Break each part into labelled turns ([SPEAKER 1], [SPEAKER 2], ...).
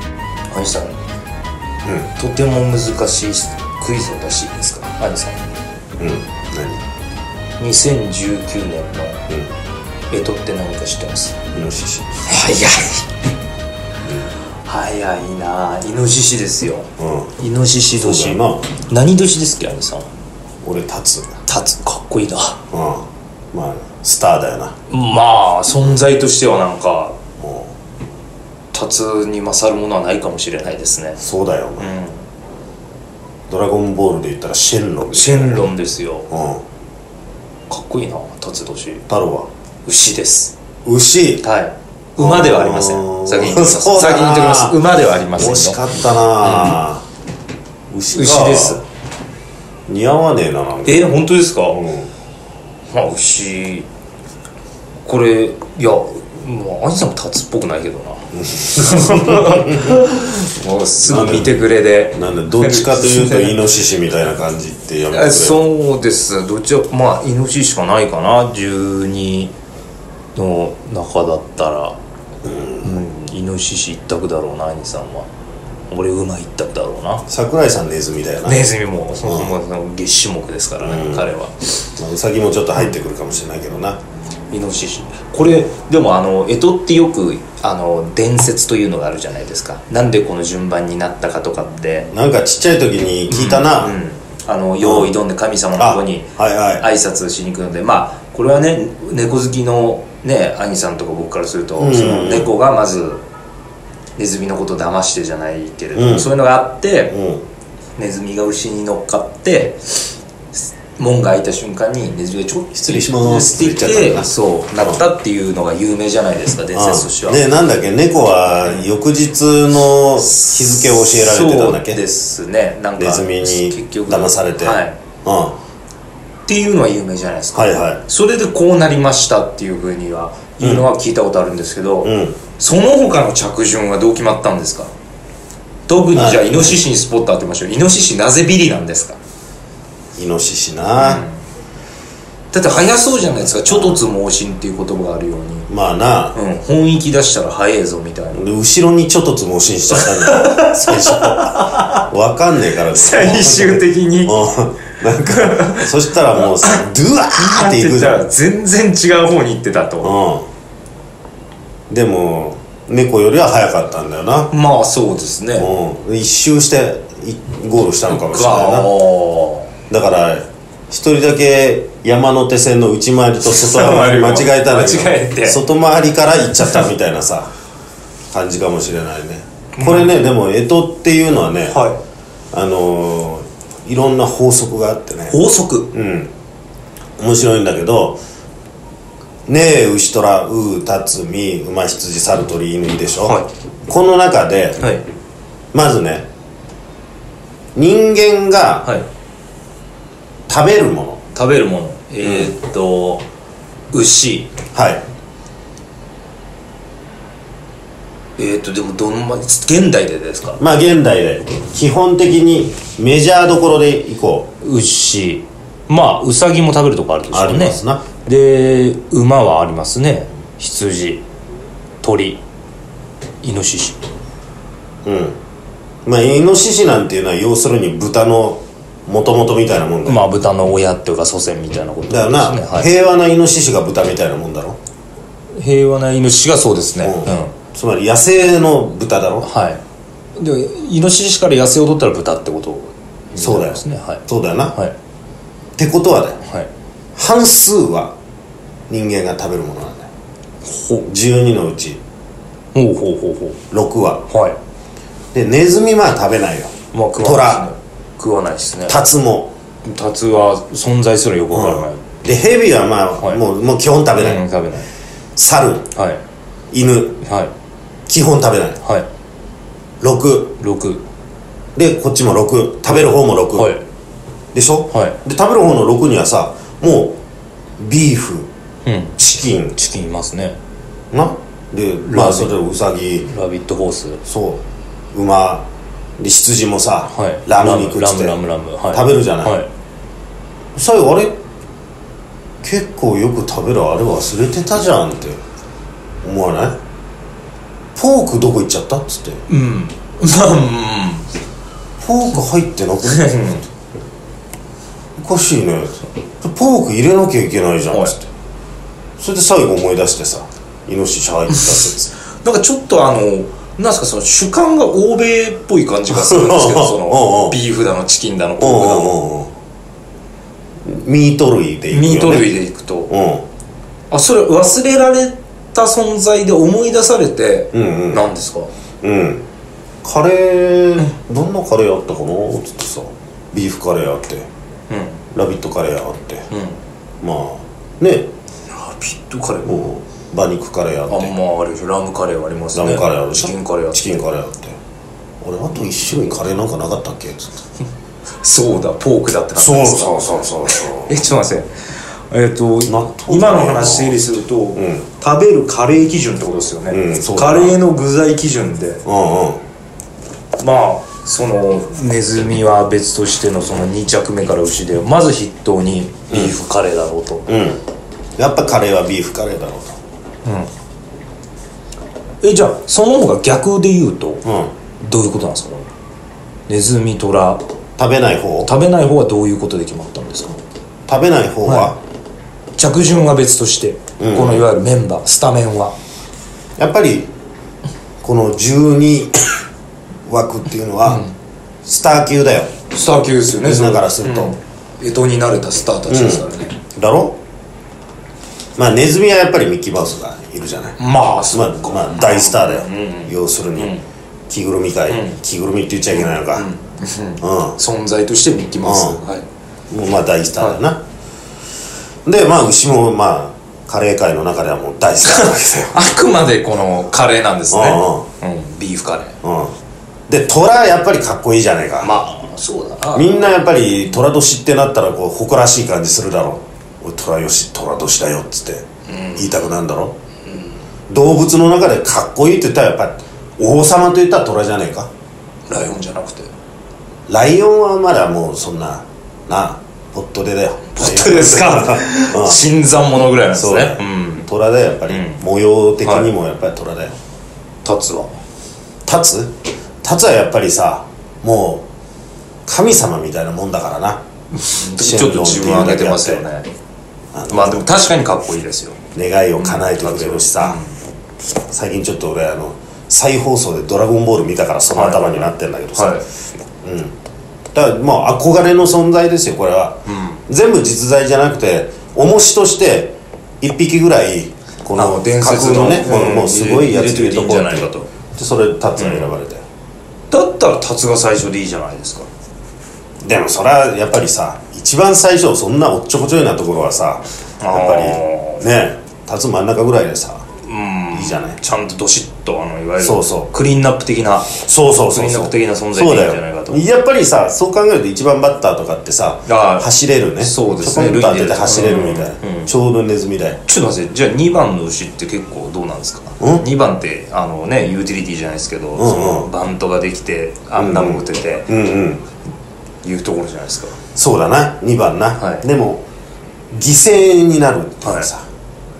[SPEAKER 1] にしたのに、うん、とても難しいクイズを出していいですかアニさん
[SPEAKER 2] うん
[SPEAKER 1] 2019年の
[SPEAKER 2] 何
[SPEAKER 1] 干支って何か知ってます
[SPEAKER 2] うんイノシシ
[SPEAKER 1] 早い早いなイノシシですよ
[SPEAKER 2] うん
[SPEAKER 1] イノシシ
[SPEAKER 2] そ
[SPEAKER 1] 年
[SPEAKER 2] うだよな
[SPEAKER 1] 何年ですっけアニさん
[SPEAKER 2] 俺立つうん
[SPEAKER 1] 立つかっこいいな
[SPEAKER 2] まあスターだよな
[SPEAKER 1] まあ存在としてはなんか
[SPEAKER 2] も
[SPEAKER 1] 立つに勝るものはないかもしれないですね
[SPEAKER 2] うそうだよお
[SPEAKER 1] う
[SPEAKER 2] 前
[SPEAKER 1] ん
[SPEAKER 2] ドラゴンボールで言ったらシェンロン
[SPEAKER 1] シェンロンですよ
[SPEAKER 2] うん
[SPEAKER 1] かっこいいな立つ年
[SPEAKER 2] 太郎は
[SPEAKER 1] 牛です
[SPEAKER 2] 牛
[SPEAKER 1] はい馬ではありませ
[SPEAKER 2] あ
[SPEAKER 1] ん
[SPEAKER 2] ー
[SPEAKER 1] 先に言っておきます
[SPEAKER 2] そうだ
[SPEAKER 1] 先に
[SPEAKER 2] な
[SPEAKER 1] 言っておきます馬ではありません
[SPEAKER 2] 惜
[SPEAKER 1] よ
[SPEAKER 2] しかったな、牛
[SPEAKER 1] 牛です
[SPEAKER 2] 似合わねえななんか
[SPEAKER 1] えー、本当ですか、
[SPEAKER 2] うん
[SPEAKER 1] まあ牛これいやまあ兄さんもタツっぽくないけど なもうすぐ見てくれで
[SPEAKER 2] なんでどっちかというとイノシシみたいな感じってやめてくれ
[SPEAKER 1] えそうですどっちはまあイノシシしかないかな12の中だったらうん、イノシシ一択だろうな兄さんは俺馬一択だろうな
[SPEAKER 2] 桜井さんネズミだよな、
[SPEAKER 1] ネズミもそのまま月種目ですからね、彼は
[SPEAKER 2] まあ、ウサギもちょっと入ってくるかもしれないけどな
[SPEAKER 1] イノシシこれでもあの干支ってよくあの伝説というのがあるじゃないですかなんでこの順番になったかとかって
[SPEAKER 2] なんかちっちゃい時に聞いたな、
[SPEAKER 1] うんあの用意どんで神様の
[SPEAKER 2] あ
[SPEAKER 1] とこに
[SPEAKER 2] はいはい
[SPEAKER 1] 挨拶しに行くのでまあこれはね猫好きのね兄さんとか僕からすると、
[SPEAKER 2] うん
[SPEAKER 1] その猫がまずネズミのこと騙してじゃないけれども、
[SPEAKER 2] うん
[SPEAKER 1] そういうのがあって、
[SPEAKER 2] うん
[SPEAKER 1] ネズミが牛に乗っかって門が開いた瞬間にネズミがちょっと
[SPEAKER 2] 失礼します
[SPEAKER 1] って言っ
[SPEAKER 2] って言っちゃ
[SPEAKER 1] て
[SPEAKER 2] ったんだ
[SPEAKER 1] そうなったっていうのが有名じゃないですか伝説としては、
[SPEAKER 2] あねなんだっけ猫は翌日の日付を教えられてたんだっけ
[SPEAKER 1] そうですねなんか
[SPEAKER 2] ネズミに
[SPEAKER 1] 結局
[SPEAKER 2] 騙されて、
[SPEAKER 1] はい、っ
[SPEAKER 2] うん
[SPEAKER 1] ていうのは有名じゃないですか、
[SPEAKER 2] はいはい
[SPEAKER 1] それでこうなりましたっていうふうにはいうのは聞いたことあるんですけど、
[SPEAKER 2] うん
[SPEAKER 1] その他の着順はどう決まったんですか特にじゃあイノシシにスポット当てましょうイノシシなぜビリなんですか
[SPEAKER 2] イノシシな、
[SPEAKER 1] だって早そうじゃないですか「ちょとつ盲信」っていう言葉があるように、
[SPEAKER 2] まあな、
[SPEAKER 1] うん、本域出したら早えぞみたいな
[SPEAKER 2] で後ろにちょっとつ盲信しちゃったんだよ最初わかんねえから ね
[SPEAKER 1] 最終的に
[SPEAKER 2] もうなんかそしたらもうドゥワーっていくじゃん、
[SPEAKER 1] 全然違う方に行ってたと、
[SPEAKER 2] うん、でも猫よりは早かったんだよな、
[SPEAKER 1] まあそうですね
[SPEAKER 2] うん、一周していゴールしたのかもしれないな
[SPEAKER 1] お
[SPEAKER 2] だから一人だけ山手線の内回りと外回り間違えたのよ
[SPEAKER 1] 外回りを間違えて
[SPEAKER 2] 外回りから行っちゃったみたいなさ感じかもしれないねこれね、でも干支っていうのはね、
[SPEAKER 1] はい
[SPEAKER 2] あのーいろんな法則があってね
[SPEAKER 1] 法則
[SPEAKER 2] うん面白いんだけど「ねえ牛虎ううたつみ馬羊猿鳥犬でしょ、
[SPEAKER 1] はい
[SPEAKER 2] この中で
[SPEAKER 1] はい
[SPEAKER 2] まずね人間が
[SPEAKER 1] はい
[SPEAKER 2] 食べるもの
[SPEAKER 1] 食べるものえー、っと、牛
[SPEAKER 2] はい
[SPEAKER 1] えー、っとでもどのま現代でですか
[SPEAKER 2] まあ現代で基本的にメジャーどころで行こ
[SPEAKER 1] 牛まあウサギも食べるとこあるでし
[SPEAKER 2] うありますな、
[SPEAKER 1] で馬はありますね羊鳥イノシシ
[SPEAKER 2] まあイノシシなんていうのは要するに豚の元々みたいなもんだよ、
[SPEAKER 1] まあ豚の親っていうか祖先みたいなこと
[SPEAKER 2] だよな、
[SPEAKER 1] ですね、はい
[SPEAKER 2] 平和なイノシシが豚みたいなもんだろ、
[SPEAKER 1] 平和なイノシシがそうですねうん、
[SPEAKER 2] つまり野生の豚だろ
[SPEAKER 1] はいでイノシシから野生を取ったら豚ってこと
[SPEAKER 2] そうだよ
[SPEAKER 1] ですねはい
[SPEAKER 2] そうだよな、
[SPEAKER 1] はい
[SPEAKER 2] ってことはだよ
[SPEAKER 1] はい
[SPEAKER 2] 半数は人間が食べるものなんだよ
[SPEAKER 1] ほ
[SPEAKER 2] 12のうち
[SPEAKER 1] ほうほうほう
[SPEAKER 2] 6は
[SPEAKER 1] ほうはい
[SPEAKER 2] でネズミまあ食べないよ
[SPEAKER 1] まあ食わないですね食わないですね
[SPEAKER 2] タツも
[SPEAKER 1] タツは存在すらよくわからない、
[SPEAKER 2] でヘビはまあ、
[SPEAKER 1] はい
[SPEAKER 2] もうもう基本食べない、
[SPEAKER 1] うん食べない
[SPEAKER 2] 猿
[SPEAKER 1] はい
[SPEAKER 2] 犬
[SPEAKER 1] はい
[SPEAKER 2] 基本食べない
[SPEAKER 1] はい
[SPEAKER 2] 6
[SPEAKER 1] 6
[SPEAKER 2] でこっちも6食べる方も6、
[SPEAKER 1] はい
[SPEAKER 2] でしょ、
[SPEAKER 1] はい
[SPEAKER 2] で食べる方の6にはさもうビーフ
[SPEAKER 1] うん
[SPEAKER 2] チキン
[SPEAKER 1] チキンいますね
[SPEAKER 2] なで
[SPEAKER 1] ラーメ
[SPEAKER 2] ま
[SPEAKER 1] ン
[SPEAKER 2] あそれウサギ
[SPEAKER 1] ラビットホース
[SPEAKER 2] そう馬で羊もさ、
[SPEAKER 1] はい
[SPEAKER 2] ラム肉っ
[SPEAKER 1] ラ
[SPEAKER 2] つっ
[SPEAKER 1] ム
[SPEAKER 2] て
[SPEAKER 1] ラムラム、はい、
[SPEAKER 2] 食べるじゃな い
[SPEAKER 1] はい、
[SPEAKER 2] 最後あれ結構よく食べるあれ忘れてたじゃんって思わないポークどこ行っちゃったっつって
[SPEAKER 1] うんまあうん
[SPEAKER 2] ポーク入ってなくねおかしいねポーク入れなきゃいけないじゃん
[SPEAKER 1] はい
[SPEAKER 2] つってそれで最後思い出してさイノシシ入ってた説
[SPEAKER 1] なんかちょっとあのなんすかその主観が欧米っぽい感じがするんですけどそ
[SPEAKER 2] うんう
[SPEAKER 1] の
[SPEAKER 2] ん
[SPEAKER 1] ビーフだのチキンだの
[SPEAKER 2] う
[SPEAKER 1] ポークだの
[SPEAKER 2] んうんうんミート類でいくよね
[SPEAKER 1] ミート類でいくと
[SPEAKER 2] う
[SPEAKER 1] あそれ忘れられた存在で思い出されて
[SPEAKER 2] んうん
[SPEAKER 1] なんですか
[SPEAKER 2] うんうんカレーどんなカレーあったかなつってさビーフカレーあって
[SPEAKER 1] うん
[SPEAKER 2] ラビットカレーあって
[SPEAKER 1] うん
[SPEAKER 2] まあね
[SPEAKER 1] ラビットカレー
[SPEAKER 2] もう馬肉カレーあ
[SPEAKER 1] あ
[SPEAKER 2] って
[SPEAKER 1] んまあれでしょラムカレーあります
[SPEAKER 2] ラ
[SPEAKER 1] ね
[SPEAKER 2] ムカレーあるでしょ
[SPEAKER 1] チキンカレーある
[SPEAKER 2] チキンカレーあって俺あと1種類カレーなんかなかったっけつって
[SPEAKER 1] そうだポークだってなったんですか
[SPEAKER 2] うそうそうそ
[SPEAKER 1] えちょっと待ってえっ、と
[SPEAKER 2] 納豆
[SPEAKER 1] 今の話整理すると、
[SPEAKER 2] ん
[SPEAKER 1] 食べるカレー基準ってことですよね、
[SPEAKER 2] うんそうだ
[SPEAKER 1] カ
[SPEAKER 2] な
[SPEAKER 1] レーの具材基準で
[SPEAKER 2] うんうん
[SPEAKER 1] まあそのネズミは別としてのその2着目から牛でまず筆頭にビーフカレーだろうと、
[SPEAKER 2] うんやっぱカレーはビーフカレーだろう
[SPEAKER 1] えじゃあその方が逆で言うと、
[SPEAKER 2] とうん
[SPEAKER 1] どういうことなんですかネズミトラ
[SPEAKER 2] 食べない方
[SPEAKER 1] 食べない方はどういうことで決まったんですか
[SPEAKER 2] 食べない方は、
[SPEAKER 1] 着順は別として、このいわゆるメンバースタメンは
[SPEAKER 2] やっぱりこの12枠っていうのは、スター級だよ
[SPEAKER 1] スター級ですよね
[SPEAKER 2] みんなからすると、
[SPEAKER 1] 江戸に慣れたスターたちですからね、
[SPEAKER 2] だろまあネズミはやっぱりミッキーマウスがいるじゃない、
[SPEAKER 1] まあそ
[SPEAKER 2] まあ、まあ大スターだよ、要するに、着ぐるみ界、着ぐるみって言っちゃいけないのかうん、
[SPEAKER 1] 存在としてミッキーマウス、
[SPEAKER 2] う
[SPEAKER 1] はい、
[SPEAKER 2] もうまあ大スターだよな、でまあ牛もまあカレー界の中ではもう大スターなわけですよ
[SPEAKER 1] あくまでこのカレーなんですね、 うん、ビーフカレー
[SPEAKER 2] うん、で虎やっぱりかっこいいじゃないか、
[SPEAKER 1] まあそうだな
[SPEAKER 2] みんなやっぱり虎年ってなったらこう誇らしい感じするだろう俺虎よし虎年だよっつって言いたくなるんだろ、動物の中でかっこいいって言ったらやっぱ王様と言ったら虎じゃねえか
[SPEAKER 1] ライオンじゃなくて
[SPEAKER 2] ライオンはまだもうそんななあポットでだよポッ
[SPEAKER 1] そうです か
[SPEAKER 2] うん
[SPEAKER 1] 新参者ぐらいなんです
[SPEAKER 2] そうだ
[SPEAKER 1] ね
[SPEAKER 2] よ、
[SPEAKER 1] うん
[SPEAKER 2] 虎だよやっぱり、
[SPEAKER 1] うん
[SPEAKER 2] 模様的にもやっぱり虎だよ、
[SPEAKER 1] タツは
[SPEAKER 2] 立つ立つはやっぱりさもう神様みたいなもんだからな
[SPEAKER 1] ちょっと自分上げてますよね
[SPEAKER 2] あの
[SPEAKER 1] まあでも確かにかっこいいですよ
[SPEAKER 2] 願いを叶えてくれるしさ、最近ちょっと俺あの再放送で「ドラゴンボール」見たからその頭になってんだけどさ、
[SPEAKER 1] はい
[SPEAKER 2] だからもう憧れの存在ですよこれは、全部実在じゃなくて重しとして一匹ぐらいこ
[SPEAKER 1] あの
[SPEAKER 2] の
[SPEAKER 1] 伝説の
[SPEAKER 2] 架空ね、この
[SPEAKER 1] うん
[SPEAKER 2] もうすごいやつ
[SPEAKER 1] 入れといていいんじゃないかと
[SPEAKER 2] でそれタッツが選ばれて、
[SPEAKER 1] だったらタツが最初でいいじゃないですか
[SPEAKER 2] でもそれはやっぱりさ一番最初そんなおっちょこちょいなところはさやっぱ
[SPEAKER 1] あ
[SPEAKER 2] りね立つ真ん中ぐらいでさ
[SPEAKER 1] うん
[SPEAKER 2] いいじゃない
[SPEAKER 1] ちゃんとどしっとあのいわゆる
[SPEAKER 2] そうそう
[SPEAKER 1] クリーンナップ的な
[SPEAKER 2] そうそうそう
[SPEAKER 1] クリーン
[SPEAKER 2] そ
[SPEAKER 1] ナッ
[SPEAKER 2] う
[SPEAKER 1] プ的な存在でいいんじゃないかと
[SPEAKER 2] そうだよやっぱりさそう考えると一番バッターとかってさ
[SPEAKER 1] あー
[SPEAKER 2] 走れるね
[SPEAKER 1] そうですね
[SPEAKER 2] ちょこんと当てて走れるみたい
[SPEAKER 1] うん
[SPEAKER 2] な、ちょうどネズミだよ
[SPEAKER 1] ちょっと待ってじゃあ2番の牛って結構どうなんですか
[SPEAKER 2] ん
[SPEAKER 1] 2番ってあのねユーティリティじゃないですけど、
[SPEAKER 2] ん
[SPEAKER 1] そのバントができてアンダム打てて
[SPEAKER 2] うんうん
[SPEAKER 1] いうところじゃないですか、
[SPEAKER 2] そうだな2番な、
[SPEAKER 1] はい
[SPEAKER 2] でも犠牲になるっていうかさ、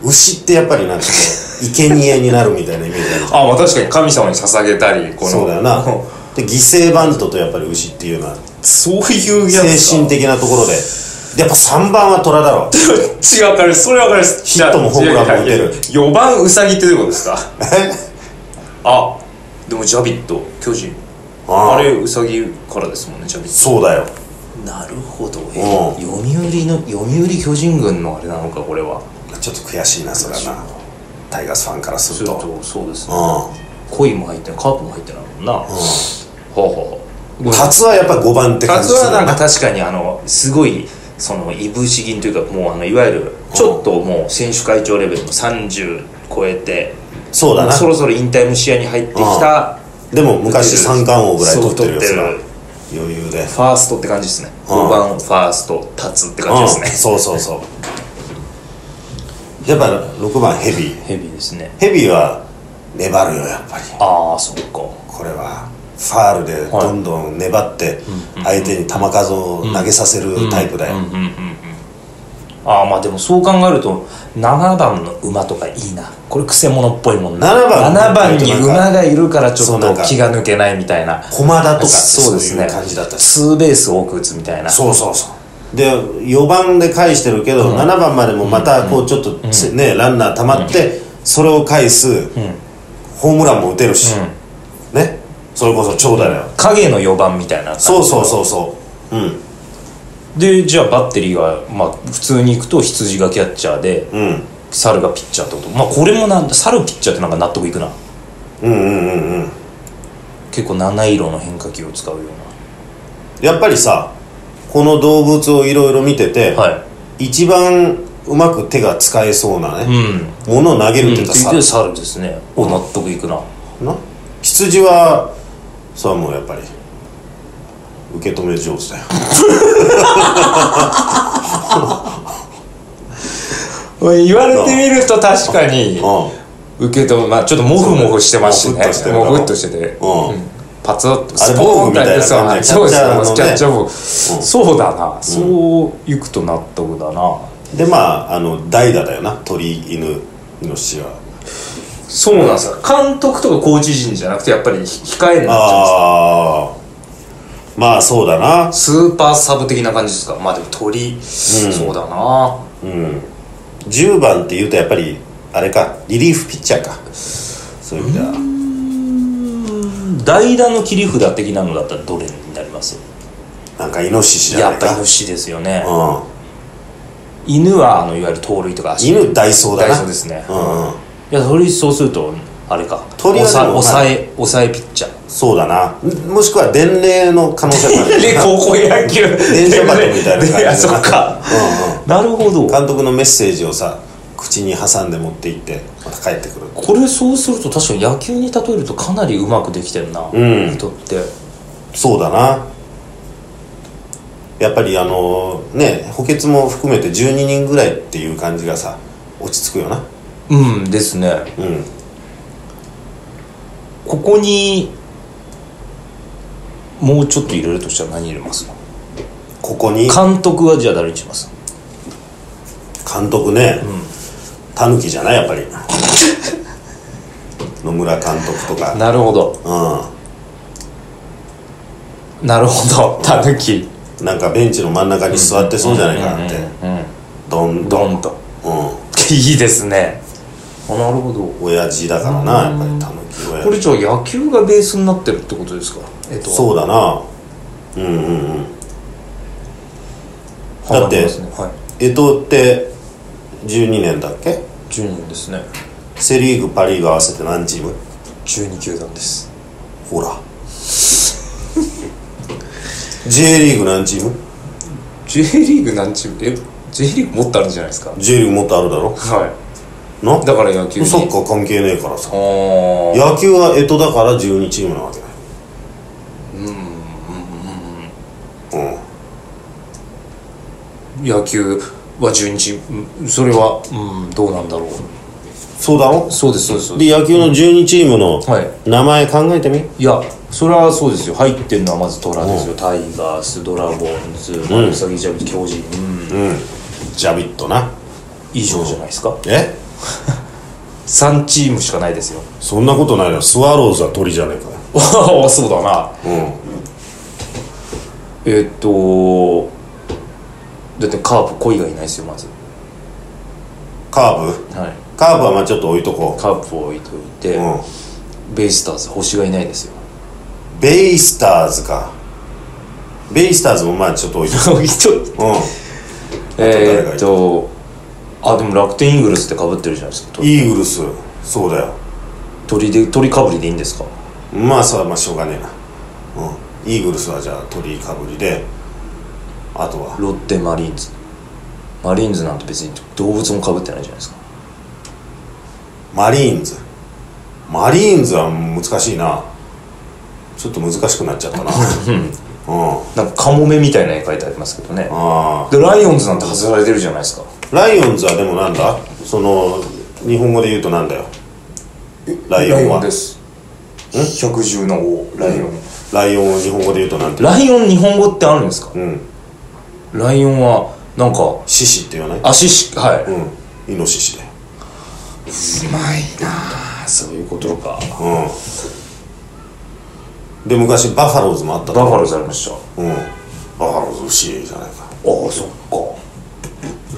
[SPEAKER 2] 牛ってやっぱりなんかこう生贄になるみたいなイメージある
[SPEAKER 1] あまあ確かに神様に捧げたりこの
[SPEAKER 2] そうだよな で犠牲バントとやっぱり牛っていうのは
[SPEAKER 1] そういうやつか
[SPEAKER 2] 精神的なところでやっぱ3番は虎だろ
[SPEAKER 1] 違うからそれは分かります
[SPEAKER 2] ヒットもホームランも打てる
[SPEAKER 1] 4番ウサギってどういうことですかあでもジャビット巨人
[SPEAKER 2] あ
[SPEAKER 1] あ
[SPEAKER 2] あ
[SPEAKER 1] れウサギからですもんねジャビッ
[SPEAKER 2] そうだよ
[SPEAKER 1] トなるほど、
[SPEAKER 2] え
[SPEAKER 1] 読売の読売巨人軍のあれなのかこれは
[SPEAKER 2] ちょっと悔しいなそれはなタイガースファンからす
[SPEAKER 1] ち
[SPEAKER 2] る
[SPEAKER 1] ょ
[SPEAKER 2] と
[SPEAKER 1] っとそうですね
[SPEAKER 2] う
[SPEAKER 1] コイも入ってないカープも入ってないもんな、ほうほうほうん
[SPEAKER 2] タツはやっぱ5番って
[SPEAKER 1] カ
[SPEAKER 2] 感じ
[SPEAKER 1] ツ
[SPEAKER 2] する
[SPEAKER 1] はなんか確かにあのすごいそのいぶし銀というかもうあのいわゆるちょっともう選手会長レベルの30超えて
[SPEAKER 2] そうだ
[SPEAKER 1] もう
[SPEAKER 2] な
[SPEAKER 1] そろそろ引退も視野に入ってきた
[SPEAKER 2] でも昔三冠王ぐらい取ってるやつが
[SPEAKER 1] そう取っ
[SPEAKER 2] 余裕で
[SPEAKER 1] ファーストって感じですね
[SPEAKER 2] うん
[SPEAKER 1] 5番ファースト立つって感じ
[SPEAKER 2] うん
[SPEAKER 1] ですね
[SPEAKER 2] そうそうそうやっぱ6番ヘビー
[SPEAKER 1] ヘビーですね
[SPEAKER 2] ヘビーは粘るよやっぱり
[SPEAKER 1] ああそっか
[SPEAKER 2] これはファールでどんどん粘って相手に球数を投げさせるタイプだよ
[SPEAKER 1] うんうんうんああまあでもそう考えると7番の馬とかいいなこれくせ者っぽいもんな
[SPEAKER 2] 7番
[SPEAKER 1] 7番に馬がいるからちょ
[SPEAKER 2] そ
[SPEAKER 1] っ
[SPEAKER 2] うな
[SPEAKER 1] と
[SPEAKER 2] んか
[SPEAKER 1] 気が抜けないみたいな
[SPEAKER 2] 駒田とかって
[SPEAKER 1] そう
[SPEAKER 2] そう
[SPEAKER 1] で
[SPEAKER 2] い
[SPEAKER 1] すね
[SPEAKER 2] う感じだったし
[SPEAKER 1] ツーベース多く打つみたいな
[SPEAKER 2] そうそうそうで4番で返してるけど、7番までもまたこうちょっとつ、ねランナー溜まって、それを返す、ホームランも打てるし、ねそれこそ長打だよ、
[SPEAKER 1] 影の4番みたいな感じ
[SPEAKER 2] そうそうそうそううん
[SPEAKER 1] でじゃあバッテリーは、まあ、普通に行くと羊がキャッチャーで
[SPEAKER 2] うん
[SPEAKER 1] 猿がピッチャーってことまあこれもなんだ猿ピッチャーってなんか納得いくな
[SPEAKER 2] うんうんうんうん
[SPEAKER 1] 結構七色の変化球を使うよう
[SPEAKER 2] やっぱりさこの動物をいろいろ見てて、
[SPEAKER 1] なは
[SPEAKER 2] 一番うまく手が使えそうな
[SPEAKER 1] いう
[SPEAKER 2] ね、
[SPEAKER 1] ん
[SPEAKER 2] ものを投げるっ
[SPEAKER 1] う
[SPEAKER 2] て言
[SPEAKER 1] ん
[SPEAKER 2] った
[SPEAKER 1] つい
[SPEAKER 2] ら
[SPEAKER 1] て
[SPEAKER 2] さ、
[SPEAKER 1] 猿ですねお納得いくな
[SPEAKER 2] な羊はそれはもうやっぱり受け止め上手だよ
[SPEAKER 1] 言われてみると確かに
[SPEAKER 2] う
[SPEAKER 1] 受け止めまあちょっとモフモフしてますし
[SPEAKER 2] モフっとして
[SPEAKER 1] ね
[SPEAKER 2] るだろ
[SPEAKER 1] モフっとしてて
[SPEAKER 2] うん
[SPEAKER 1] パツッと
[SPEAKER 2] あれ防具みたいな感じ
[SPEAKER 1] そうですね
[SPEAKER 2] キ
[SPEAKER 1] キャ
[SPEAKER 2] ャ
[SPEAKER 1] ッ
[SPEAKER 2] ッ
[SPEAKER 1] チ
[SPEAKER 2] チ
[SPEAKER 1] ャーもそうだなそういくと納得だなん
[SPEAKER 2] でまああの代打だよな鳥犬イノシシは
[SPEAKER 1] そうなんですよ監督とかコーチ陣じゃなくてやっぱり控えになっちゃうんで
[SPEAKER 2] ああまあそうだな
[SPEAKER 1] すスーパーサブ的な感じですかまあでも鳥、そうだな
[SPEAKER 2] うん10番っていうとやっぱりあれかリリーフピッチャーかそういう意味では
[SPEAKER 1] 代打の切り札的なのだったらどれになります
[SPEAKER 2] なんかイノシシじゃ
[SPEAKER 1] や
[SPEAKER 2] な
[SPEAKER 1] っ
[SPEAKER 2] い
[SPEAKER 1] ぱ
[SPEAKER 2] か
[SPEAKER 1] り牛ですよね
[SPEAKER 2] うん
[SPEAKER 1] 犬はあのいわゆる盗塁とか足
[SPEAKER 2] 犬ダイソーだな
[SPEAKER 1] ダイソーですね
[SPEAKER 2] うんうん、
[SPEAKER 1] いやそれそうするとあれか
[SPEAKER 2] 鳥はでも
[SPEAKER 1] 抑え
[SPEAKER 2] まあ
[SPEAKER 1] 抑え抑えピッチャー
[SPEAKER 2] そうだなもしくは伝令の可能性もあ る
[SPEAKER 1] で高校野球
[SPEAKER 2] 電車バトみたいな感じ
[SPEAKER 1] で
[SPEAKER 2] だ
[SPEAKER 1] い
[SPEAKER 2] な
[SPEAKER 1] やそっか、なるほど
[SPEAKER 2] 監督のメッセージをさ口に挟んで持って行ってまた帰ってくる
[SPEAKER 1] これそうすると確かに野球に例えるとかなりうまくできてるな、
[SPEAKER 2] うん
[SPEAKER 1] 人って
[SPEAKER 2] そうだなやっぱりあのね補欠も含めて12人ぐらいっていう感じがさ落ち着くよな
[SPEAKER 1] うんですね
[SPEAKER 2] うん
[SPEAKER 1] ここにもうちょっと入れるとしたら何入れます
[SPEAKER 2] ここに
[SPEAKER 1] 監督はじゃあ誰にします
[SPEAKER 2] 監督ね、タヌキじゃないやっぱり野村監督とか
[SPEAKER 1] なるほど
[SPEAKER 2] う
[SPEAKER 1] なるほどたぬき
[SPEAKER 2] んなんかベンチの真ん中に座ってそうじゃないかなって、どんどん
[SPEAKER 1] ドンと
[SPEAKER 2] うん
[SPEAKER 1] いいですねあなるほど
[SPEAKER 2] 親父だからなやっぱりたぬき親
[SPEAKER 1] こ
[SPEAKER 2] 父
[SPEAKER 1] れじゃあ野球がベースになってるってことですかえっと
[SPEAKER 2] そうだなうんうんうんだって
[SPEAKER 1] 離れますねはい
[SPEAKER 2] 江藤って12年だっけ
[SPEAKER 1] 10人ですね
[SPEAKER 2] セ・リーグパ・リーグ合わせて何チーム
[SPEAKER 1] 12球団です
[SPEAKER 2] ほら J リーグ何チーム
[SPEAKER 1] J リーグ何チームえ J リーグもっとあるんじゃないですか
[SPEAKER 2] J リーグもっとあるだろ
[SPEAKER 1] はい
[SPEAKER 2] な
[SPEAKER 1] だから野球に
[SPEAKER 2] サッカー関係ねえからさ
[SPEAKER 1] あー
[SPEAKER 2] 野球は江戸だから12チームなわけだようんうん
[SPEAKER 1] 野球は12チームうんそれはうんどうなんだろう
[SPEAKER 2] そうだろ
[SPEAKER 1] そうですそうですそうです
[SPEAKER 2] で野球の12チームの
[SPEAKER 1] はい
[SPEAKER 2] 名前考えてみ
[SPEAKER 1] いやそれはそうですよ入ってるのはまず虎ですよ、タイガースドラゴンズウサギジャブ巨人、うん、
[SPEAKER 2] うんジャビットな
[SPEAKER 1] 以上じゃないですか
[SPEAKER 2] え
[SPEAKER 1] 3チームしかないですよ
[SPEAKER 2] そんなことないよスワローズは鳥じゃねえかよ
[SPEAKER 1] ああ そうだな
[SPEAKER 2] う
[SPEAKER 1] えっとだってカープ恋がいないですよまず
[SPEAKER 2] んカーブ
[SPEAKER 1] はい
[SPEAKER 2] カーブはまあちょっと置いとこ
[SPEAKER 1] カープを置いといて、
[SPEAKER 2] う、うん、
[SPEAKER 1] ベイスターズ星がいないですよ
[SPEAKER 2] ベイスターズかベイスターズもまあ ちょっと置いとこう、誰がいる
[SPEAKER 1] えーっとあでも楽天イーグルスってかぶってるじゃないですか
[SPEAKER 2] うん、イーグルスそうだよ
[SPEAKER 1] 鳥で鳥かぶりでいいんですか
[SPEAKER 2] まあそれはまあしょうがねえな、うん、イーグルスはじゃあ鳥かぶりであとは
[SPEAKER 1] ロッテマリーンズマリーンズなんて別に動物もかぶってないじゃないですか
[SPEAKER 2] マリーンズマリーンズは難しいなちょっと難しくなっちゃったな うん
[SPEAKER 1] なんかカモメみたいな絵描いてありますけどね
[SPEAKER 2] あ
[SPEAKER 1] でライオンズなんて外されてるじゃないですか
[SPEAKER 2] ーライオンズはでもなんだその日本語で言うとなんだよライオンは
[SPEAKER 1] です百獣の王ライオン、
[SPEAKER 2] ライオンを日本語で言うとなんて
[SPEAKER 1] ライオン日本語ってあるんですか
[SPEAKER 2] うん
[SPEAKER 1] ライオンはなんか
[SPEAKER 2] 獅子って言わない
[SPEAKER 1] 足しはい、う
[SPEAKER 2] うんイノシシだよ
[SPEAKER 1] まいなあそういうことか
[SPEAKER 2] うんで昔バファローズもあった
[SPEAKER 1] バファ
[SPEAKER 2] ロ
[SPEAKER 1] ローされましたあ
[SPEAKER 2] ーうんバファローズ牛いるじゃないか
[SPEAKER 1] あそっか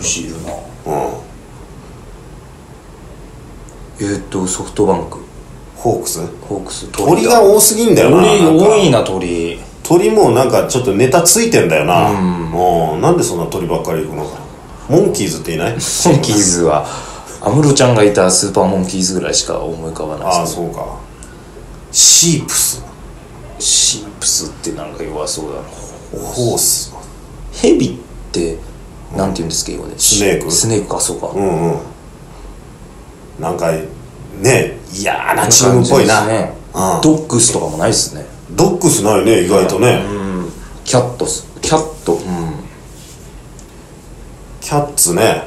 [SPEAKER 1] 牛いるな
[SPEAKER 2] うん
[SPEAKER 1] えー、っとソフトバンク
[SPEAKER 2] ホークス
[SPEAKER 1] ホークス
[SPEAKER 2] 鳥が
[SPEAKER 1] だ
[SPEAKER 2] 多すぎんだよな
[SPEAKER 1] 鳥
[SPEAKER 2] なんか
[SPEAKER 1] 多いな鳥
[SPEAKER 2] 鳥もなんかちょっとネタついてんだよなうんなんでそんな鳥ばっかり行くのかモンキーズってい ないモ
[SPEAKER 1] モ
[SPEAKER 2] ン
[SPEAKER 1] ンキーズは安室ちゃんがいたスーパーモンキーズぐらいしか思い浮かばない
[SPEAKER 2] あ
[SPEAKER 1] で
[SPEAKER 2] あ
[SPEAKER 1] す
[SPEAKER 2] そうかシープス
[SPEAKER 1] シープスってなんか弱そうだな
[SPEAKER 2] ホース
[SPEAKER 1] ヘビってなんて言うんですか英語で
[SPEAKER 2] スネーク
[SPEAKER 1] スネークかそうか、
[SPEAKER 2] うんうんなんかね嫌なチームっぽいな
[SPEAKER 1] 感じですね
[SPEAKER 2] うん
[SPEAKER 1] ドッグスとかもないですね
[SPEAKER 2] ドックスないね意外とね、
[SPEAKER 1] キャットスキャット、
[SPEAKER 2] キャッツね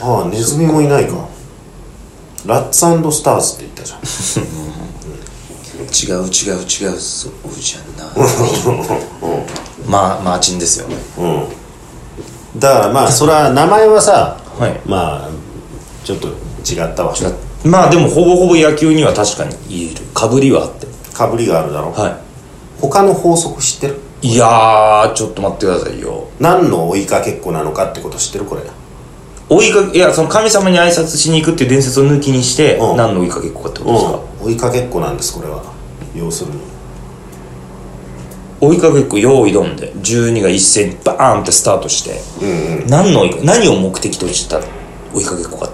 [SPEAKER 2] ああネズミもいないかラッツスターズって言ったじゃん
[SPEAKER 1] 違う違う違うそうじゃない まあマーチンですよね
[SPEAKER 2] だからまあそれは名前はさ
[SPEAKER 1] はい
[SPEAKER 2] まあちょっと違ったわ
[SPEAKER 1] まあでもほぼほぼ野球には確かにいるかぶりはあって
[SPEAKER 2] かぶりがあるだろ、
[SPEAKER 1] は
[SPEAKER 2] 他の法則知ってる
[SPEAKER 1] いいやーちょっと待ってくださいよ
[SPEAKER 2] 何の追いかけっこなのかってこと知ってるこれ
[SPEAKER 1] 追いかけいやその神様に挨拶しに行くっていう伝説を抜きにして、
[SPEAKER 2] うん
[SPEAKER 1] 何の追いかけっこかってことですか、
[SPEAKER 2] 追いかけっこなんですこれは要するに
[SPEAKER 1] 追いかけっこ用意ドンで12が一斉にバーンってスタートして、何の追いか何を目的とした追いかけっこかっ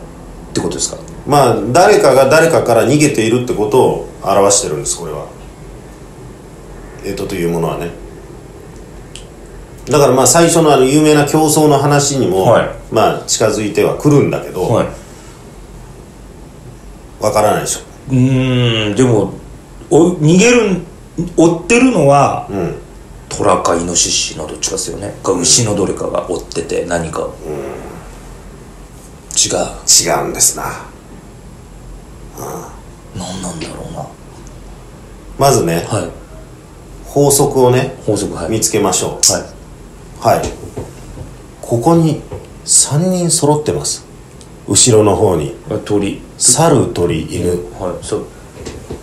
[SPEAKER 1] てことですか
[SPEAKER 2] まあ誰かが誰かから逃げているってことを表してるんですこれはえっとというものはねだからまあ最初のあの有名な競争の話にも、
[SPEAKER 1] はい
[SPEAKER 2] まあ近づいてはくるんだけど
[SPEAKER 1] は
[SPEAKER 2] わ、
[SPEAKER 1] い
[SPEAKER 2] からないでしょ
[SPEAKER 1] うーんでもお逃げるん追ってるのは、
[SPEAKER 2] ん
[SPEAKER 1] トラかイノシシのどっちかですよねか牛のどれかが追ってて何か、違う
[SPEAKER 2] 違うんですな
[SPEAKER 1] 何なんだろうな
[SPEAKER 2] まずね
[SPEAKER 1] はい
[SPEAKER 2] 法則をね
[SPEAKER 1] 法則はい
[SPEAKER 2] 見つけましょ
[SPEAKER 1] はいう
[SPEAKER 2] はいここに3人揃ってます後ろの方に
[SPEAKER 1] 鳥
[SPEAKER 2] 猿鳥犬、
[SPEAKER 1] はいそう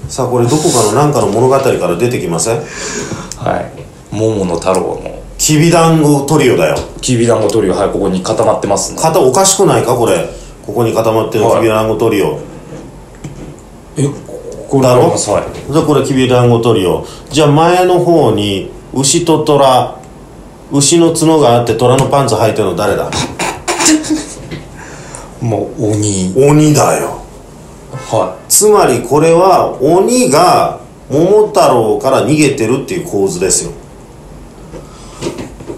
[SPEAKER 2] さあこれどこかの何かの物語から出てきません
[SPEAKER 1] はい桃の太郎の
[SPEAKER 2] きびだんごトリオだよ
[SPEAKER 1] きびだんご鳥がはいここに固まってますね
[SPEAKER 2] 肩おかしくないかこれここに固まってる
[SPEAKER 1] はい
[SPEAKER 2] きびだんごトリオ、
[SPEAKER 1] えこれ
[SPEAKER 2] だろ
[SPEAKER 1] ますはい
[SPEAKER 2] じゃあこれきびだんごトリオじゃあ前の方に牛と虎牛の角があって虎のパンツ履いてるの誰だ
[SPEAKER 1] もう鬼
[SPEAKER 2] 鬼だよ
[SPEAKER 1] は
[SPEAKER 2] つまりこれは鬼が桃太郎から逃げてるっていう構図ですよ
[SPEAKER 1] い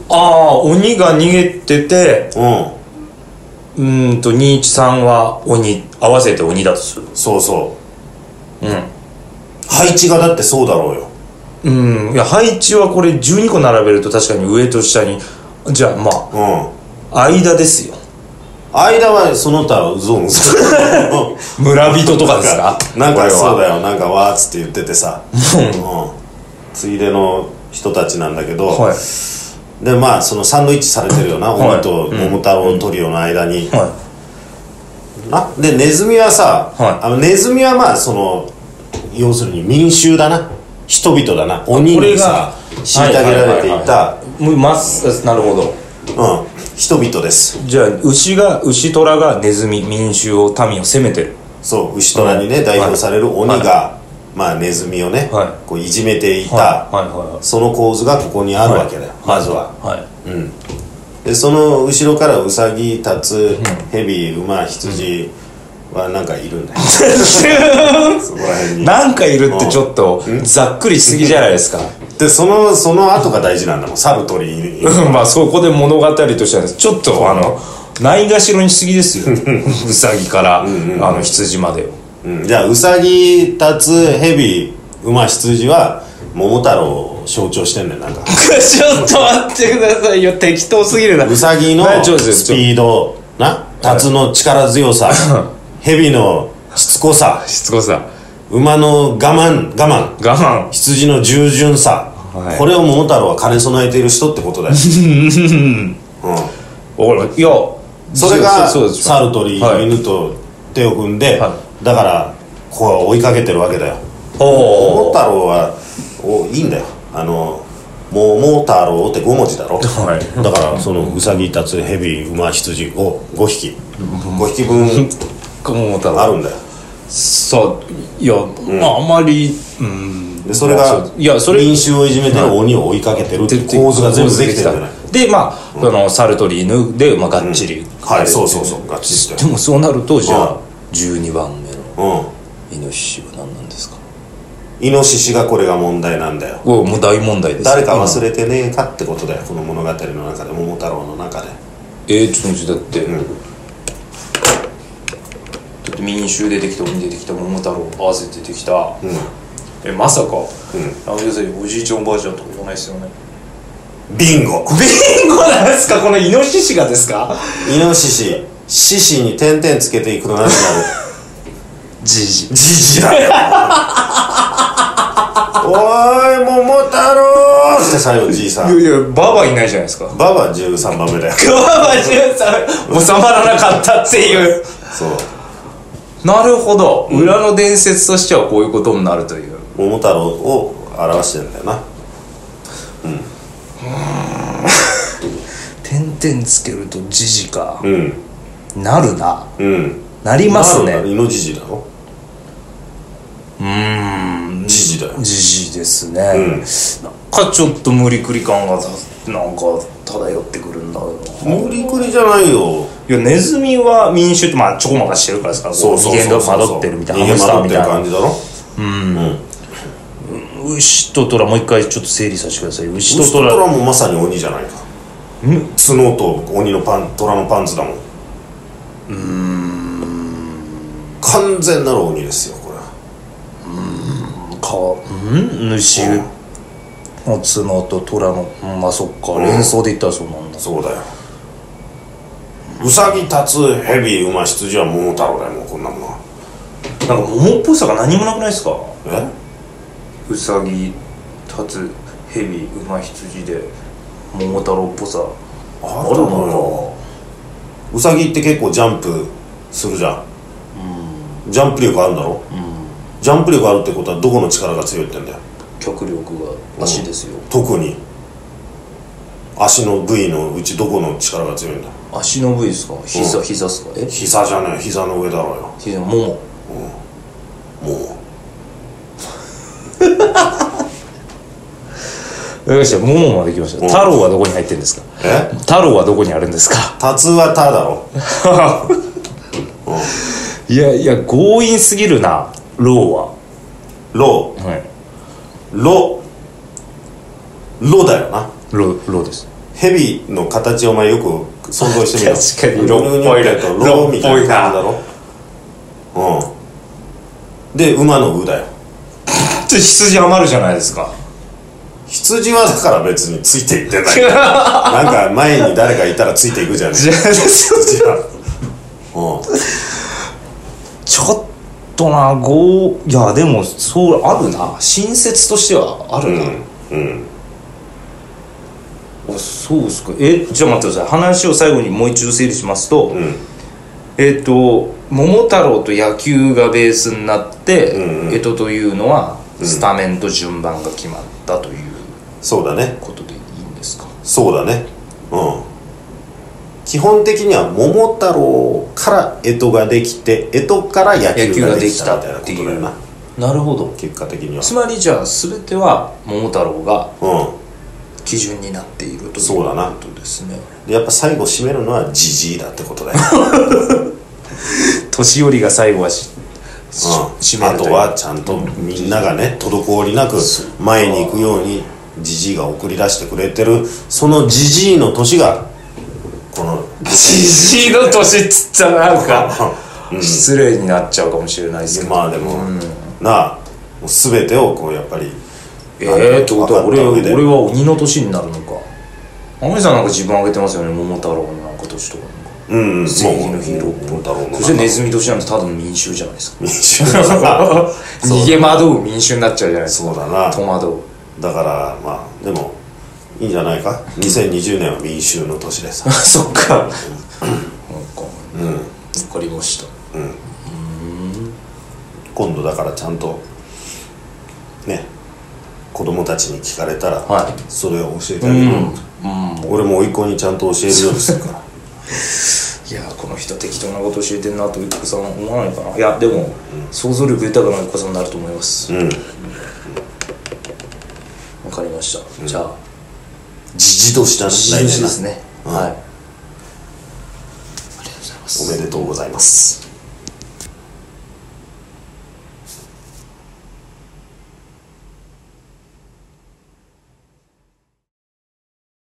[SPEAKER 1] ああ鬼が逃げてて
[SPEAKER 2] うん
[SPEAKER 1] うーんと213は鬼合わせて鬼だとする
[SPEAKER 2] そうそう
[SPEAKER 1] うん
[SPEAKER 2] 配置がだってそうだろうよ
[SPEAKER 1] うんいや配置はこれ12個並べると確かに上と下にじゃあま
[SPEAKER 2] うん
[SPEAKER 1] あ間ですよ
[SPEAKER 2] 間はその他うぞ うぞ
[SPEAKER 1] 村人とかですか
[SPEAKER 2] なんかそう
[SPEAKER 1] よ
[SPEAKER 2] だよなんかわーっつって言っててさ、うん、ついでの人たちなんだけど、
[SPEAKER 1] はい
[SPEAKER 2] でまあそのサンドイッチされてるよな、
[SPEAKER 1] はい
[SPEAKER 2] 鬼と桃太郎トリオの間に、
[SPEAKER 1] は
[SPEAKER 2] なでネズミはさ、
[SPEAKER 1] はい
[SPEAKER 2] あのネズミはまあその要するに民衆だな人々だな鬼
[SPEAKER 1] いこれ
[SPEAKER 2] に
[SPEAKER 1] が
[SPEAKER 2] さ虐げられていた、
[SPEAKER 1] もうますなるほど
[SPEAKER 2] うん、人々です
[SPEAKER 1] じゃあ牛が牛虎がネズミ民衆を民を攻めてる
[SPEAKER 2] そう牛虎にね、代表される鬼が、まあネズミをね、
[SPEAKER 1] はい
[SPEAKER 2] こういじめていた、
[SPEAKER 1] はいは
[SPEAKER 2] その構図がここにあるわけだよ、まずはい
[SPEAKER 1] はいはい
[SPEAKER 2] でその後ろからウサギタツヘビ馬羊はなんかいる んだよ、そこら 辺に
[SPEAKER 1] なんかい るってちょっとざっくりしすぎじゃないですか
[SPEAKER 2] でそのその後が大事なんだもん猿鳥犬犬
[SPEAKER 1] うんまあそこで物語としてはちょっとあのないがしろにしすぎです ようさぎからあの羊までを
[SPEAKER 2] うんじゃあウサギタツヘビ馬羊は桃太郎を象徴してんねんな んか
[SPEAKER 1] ちょっと待ってくださいよ適当すぎるな
[SPEAKER 2] ウサギの
[SPEAKER 1] はいちょっとちょっと
[SPEAKER 2] スピードなタツの力 強さヘビのしつこさ
[SPEAKER 1] しつこさ
[SPEAKER 2] 馬の我慢我慢
[SPEAKER 1] 我慢
[SPEAKER 2] 羊の従順さ
[SPEAKER 1] はい
[SPEAKER 2] これを桃太郎は兼ね備えている人ってこと だよ、う
[SPEAKER 1] わかるいや
[SPEAKER 2] ん、それが
[SPEAKER 1] そうそうです
[SPEAKER 2] 猿とり
[SPEAKER 1] はい
[SPEAKER 2] 犬と手を組んで、
[SPEAKER 1] は
[SPEAKER 2] だからこう追いかけてるわけだよ桃
[SPEAKER 1] お
[SPEAKER 2] 太郎はおいいんだよあの「桃太郎」って5文字だろ
[SPEAKER 1] はい
[SPEAKER 2] だからそのウサギタツヘビ馬羊を5匹5匹分
[SPEAKER 1] お桃太
[SPEAKER 2] あ
[SPEAKER 1] 郎
[SPEAKER 2] るんだよ
[SPEAKER 1] さいや、まああまりうん
[SPEAKER 2] でそれが
[SPEAKER 1] まあういやそれ
[SPEAKER 2] 民衆をいじめてる鬼を追いかけてるっていう構図が全部できてるじゃない
[SPEAKER 1] でまあ、その猿とり犬で、まあ、がっちり、
[SPEAKER 2] はいそうそうそうガッチリして
[SPEAKER 1] でもそうなるとじゃあ
[SPEAKER 2] は
[SPEAKER 1] 12番目の
[SPEAKER 2] うん
[SPEAKER 1] イノシシは何なんですか
[SPEAKER 2] イノシシがこれが問題なんだよ
[SPEAKER 1] おもう大問題です
[SPEAKER 2] 誰か忘
[SPEAKER 1] れ
[SPEAKER 2] れてねえかってことだよこの物語の中で桃太郎の中で
[SPEAKER 1] えー、ちょっと待ってだって、
[SPEAKER 2] ん
[SPEAKER 1] だって民衆出てきた鬼出てきた桃太郎合わせて出てきた、えまさか、あの要するにおじいちゃんおばあちゃんとかじゃないですよね
[SPEAKER 2] ビンゴ
[SPEAKER 1] ビンゴなんですかこのイノシシがですか
[SPEAKER 2] イノシシ獅子に点々つけていくの何になる
[SPEAKER 1] じじ
[SPEAKER 2] じじだよおい桃太郎って最後じいさん
[SPEAKER 1] いやいやババいないじゃないですか
[SPEAKER 2] ババ13番目だよ
[SPEAKER 1] ババ13収まらなかったっていう
[SPEAKER 2] そう
[SPEAKER 1] なるほど、裏の伝説としてはこういうことになるという
[SPEAKER 2] 桃太郎を表してんだよな
[SPEAKER 1] 点々つけるとじじか、
[SPEAKER 2] うん
[SPEAKER 1] なるな
[SPEAKER 2] うん
[SPEAKER 1] なります
[SPEAKER 2] なるな
[SPEAKER 1] ね
[SPEAKER 2] イノジジだろ
[SPEAKER 1] うーん
[SPEAKER 2] ジジだよ
[SPEAKER 1] じじですね、
[SPEAKER 2] ん
[SPEAKER 1] なんかちょっと無理くり感がたなんか漂ってくるんだよな
[SPEAKER 2] 無理くりじゃないよ
[SPEAKER 1] いやネズミは民衆ってまあちょこまかしてるからですから
[SPEAKER 2] そうそうそうそう
[SPEAKER 1] 人間が惑ってるみたいな
[SPEAKER 2] 人
[SPEAKER 1] ハムスタ
[SPEAKER 2] 間
[SPEAKER 1] ー
[SPEAKER 2] 惑
[SPEAKER 1] み
[SPEAKER 2] ってる
[SPEAKER 1] たい
[SPEAKER 2] 感
[SPEAKER 1] な
[SPEAKER 2] じだろ
[SPEAKER 1] 牛と虎もう一回ちょっと整理させてください牛と
[SPEAKER 2] 牛と
[SPEAKER 1] 虎
[SPEAKER 2] 虎もまさに鬼じゃないか角と鬼のパン虎のパンツだもんうん完全なる鬼ですよこれは
[SPEAKER 1] かうん牛の角と虎のうんまあそっか連想で言ったらそうなんだ
[SPEAKER 2] そうだよウサギタツヘビ馬羊は桃太郎だよもうこんなものは
[SPEAKER 1] なんか桃っぽさが何もなくないですか
[SPEAKER 2] え
[SPEAKER 1] うさぎ立つ蛇馬羊で桃太郎っぽさ
[SPEAKER 2] あるのよウサギって結構ジャンプするじゃん、ジャンプ力あるんだろ、ジャンプ力あるってことはどこの力が強いってんだよ
[SPEAKER 1] 脚力が足ですよ、
[SPEAKER 2] 特に足の部位のうちどこの力が強いんだ
[SPEAKER 1] 足の部位ですか膝、膝っすかえ
[SPEAKER 2] 膝じゃない膝の上だろうよ
[SPEAKER 1] 膝もも
[SPEAKER 2] も
[SPEAKER 1] よっしゃももまで来ました太郎はどこに入ってるんですか
[SPEAKER 2] うえ
[SPEAKER 1] 太郎はどこにあるんですか
[SPEAKER 2] タツはタだろ
[SPEAKER 1] いやいや強引すぎるなロ
[SPEAKER 2] ロ
[SPEAKER 1] ーははい
[SPEAKER 2] ロロだよな
[SPEAKER 1] ロローです
[SPEAKER 2] ヘビの形をお前よく想像してみよ
[SPEAKER 1] 確かに
[SPEAKER 2] ロっぽいとロみたいな感じだろうんで馬の「う」だよ
[SPEAKER 1] ちょ羊余るじゃないです か
[SPEAKER 2] 羊はだから別についていって ないなんか前に誰かいたらついていくじゃね
[SPEAKER 1] じゃ
[SPEAKER 2] えか うん
[SPEAKER 1] ちょっとな強いやでもそうあるな新説としてはあるな、
[SPEAKER 2] うん
[SPEAKER 1] あそうですかえじゃあ待ってください話を最後にもう一度整理しますと、
[SPEAKER 2] ん
[SPEAKER 1] えっ、と「桃太郎」と野球がベースになって、
[SPEAKER 2] うんうん
[SPEAKER 1] えとというのはスタメンと順番が決まったという
[SPEAKER 2] そうだね
[SPEAKER 1] ことでいいんですか、
[SPEAKER 2] そうだねうん基本的には桃太郎から干支ができて干支から野球ができたみたいなことだよな
[SPEAKER 1] なるほど
[SPEAKER 2] 結果的には
[SPEAKER 1] つまりじゃあ全ては桃太郎が
[SPEAKER 2] うん
[SPEAKER 1] 基準になっているという
[SPEAKER 2] そうだな
[SPEAKER 1] ことですね
[SPEAKER 2] でやっぱ最後締めるのはジジイだって ことだよ、
[SPEAKER 1] 年寄りが最後はしし
[SPEAKER 2] う
[SPEAKER 1] 締
[SPEAKER 2] ん、
[SPEAKER 1] め
[SPEAKER 2] あ
[SPEAKER 1] る
[SPEAKER 2] と
[SPEAKER 1] いう
[SPEAKER 2] はちゃんとみんながね滞りなく前に行くようにジジイが送り出してくれてるそのジジイの年がこの
[SPEAKER 1] じじいの 年っつったらなんか失礼になっちゃうかもしれないですけど、
[SPEAKER 2] まあでも、なあもう全てをこうやっぱり
[SPEAKER 1] ええー、ってことは俺
[SPEAKER 2] 分かった上で
[SPEAKER 1] 俺は鬼の年になるのか天海さんなんか自分上げてますよね桃太郎のなんか年とか
[SPEAKER 2] うんもう
[SPEAKER 1] 正義のヒーロー
[SPEAKER 2] 桃太郎の
[SPEAKER 1] そしてネズミ年なんてただの民衆じ ゃないですか
[SPEAKER 2] 民衆だな
[SPEAKER 1] 逃げ惑う民衆になっちゃうじゃないですか
[SPEAKER 2] そうだな
[SPEAKER 1] 戸惑う
[SPEAKER 2] だからまあでもいいんじゃないか2020年は民衆の年で さ
[SPEAKER 1] そっかなんかうんわかりました
[SPEAKER 2] 今度だからちゃんとね子供たちに聞かれたら、
[SPEAKER 1] はい
[SPEAKER 2] それを教えてあげる、俺も甥っ子にちゃんと教えるようにす るから
[SPEAKER 1] いやーこの人適当なこと教えてんなとお子さんは思わないかないやでも、想像力豊かなお子さんになると思いますわ、
[SPEAKER 2] うん
[SPEAKER 1] かりました、じゃあ
[SPEAKER 2] 時事とした
[SPEAKER 1] 印ですね、
[SPEAKER 2] うん
[SPEAKER 1] はいありがとうございます
[SPEAKER 2] おめでとうございます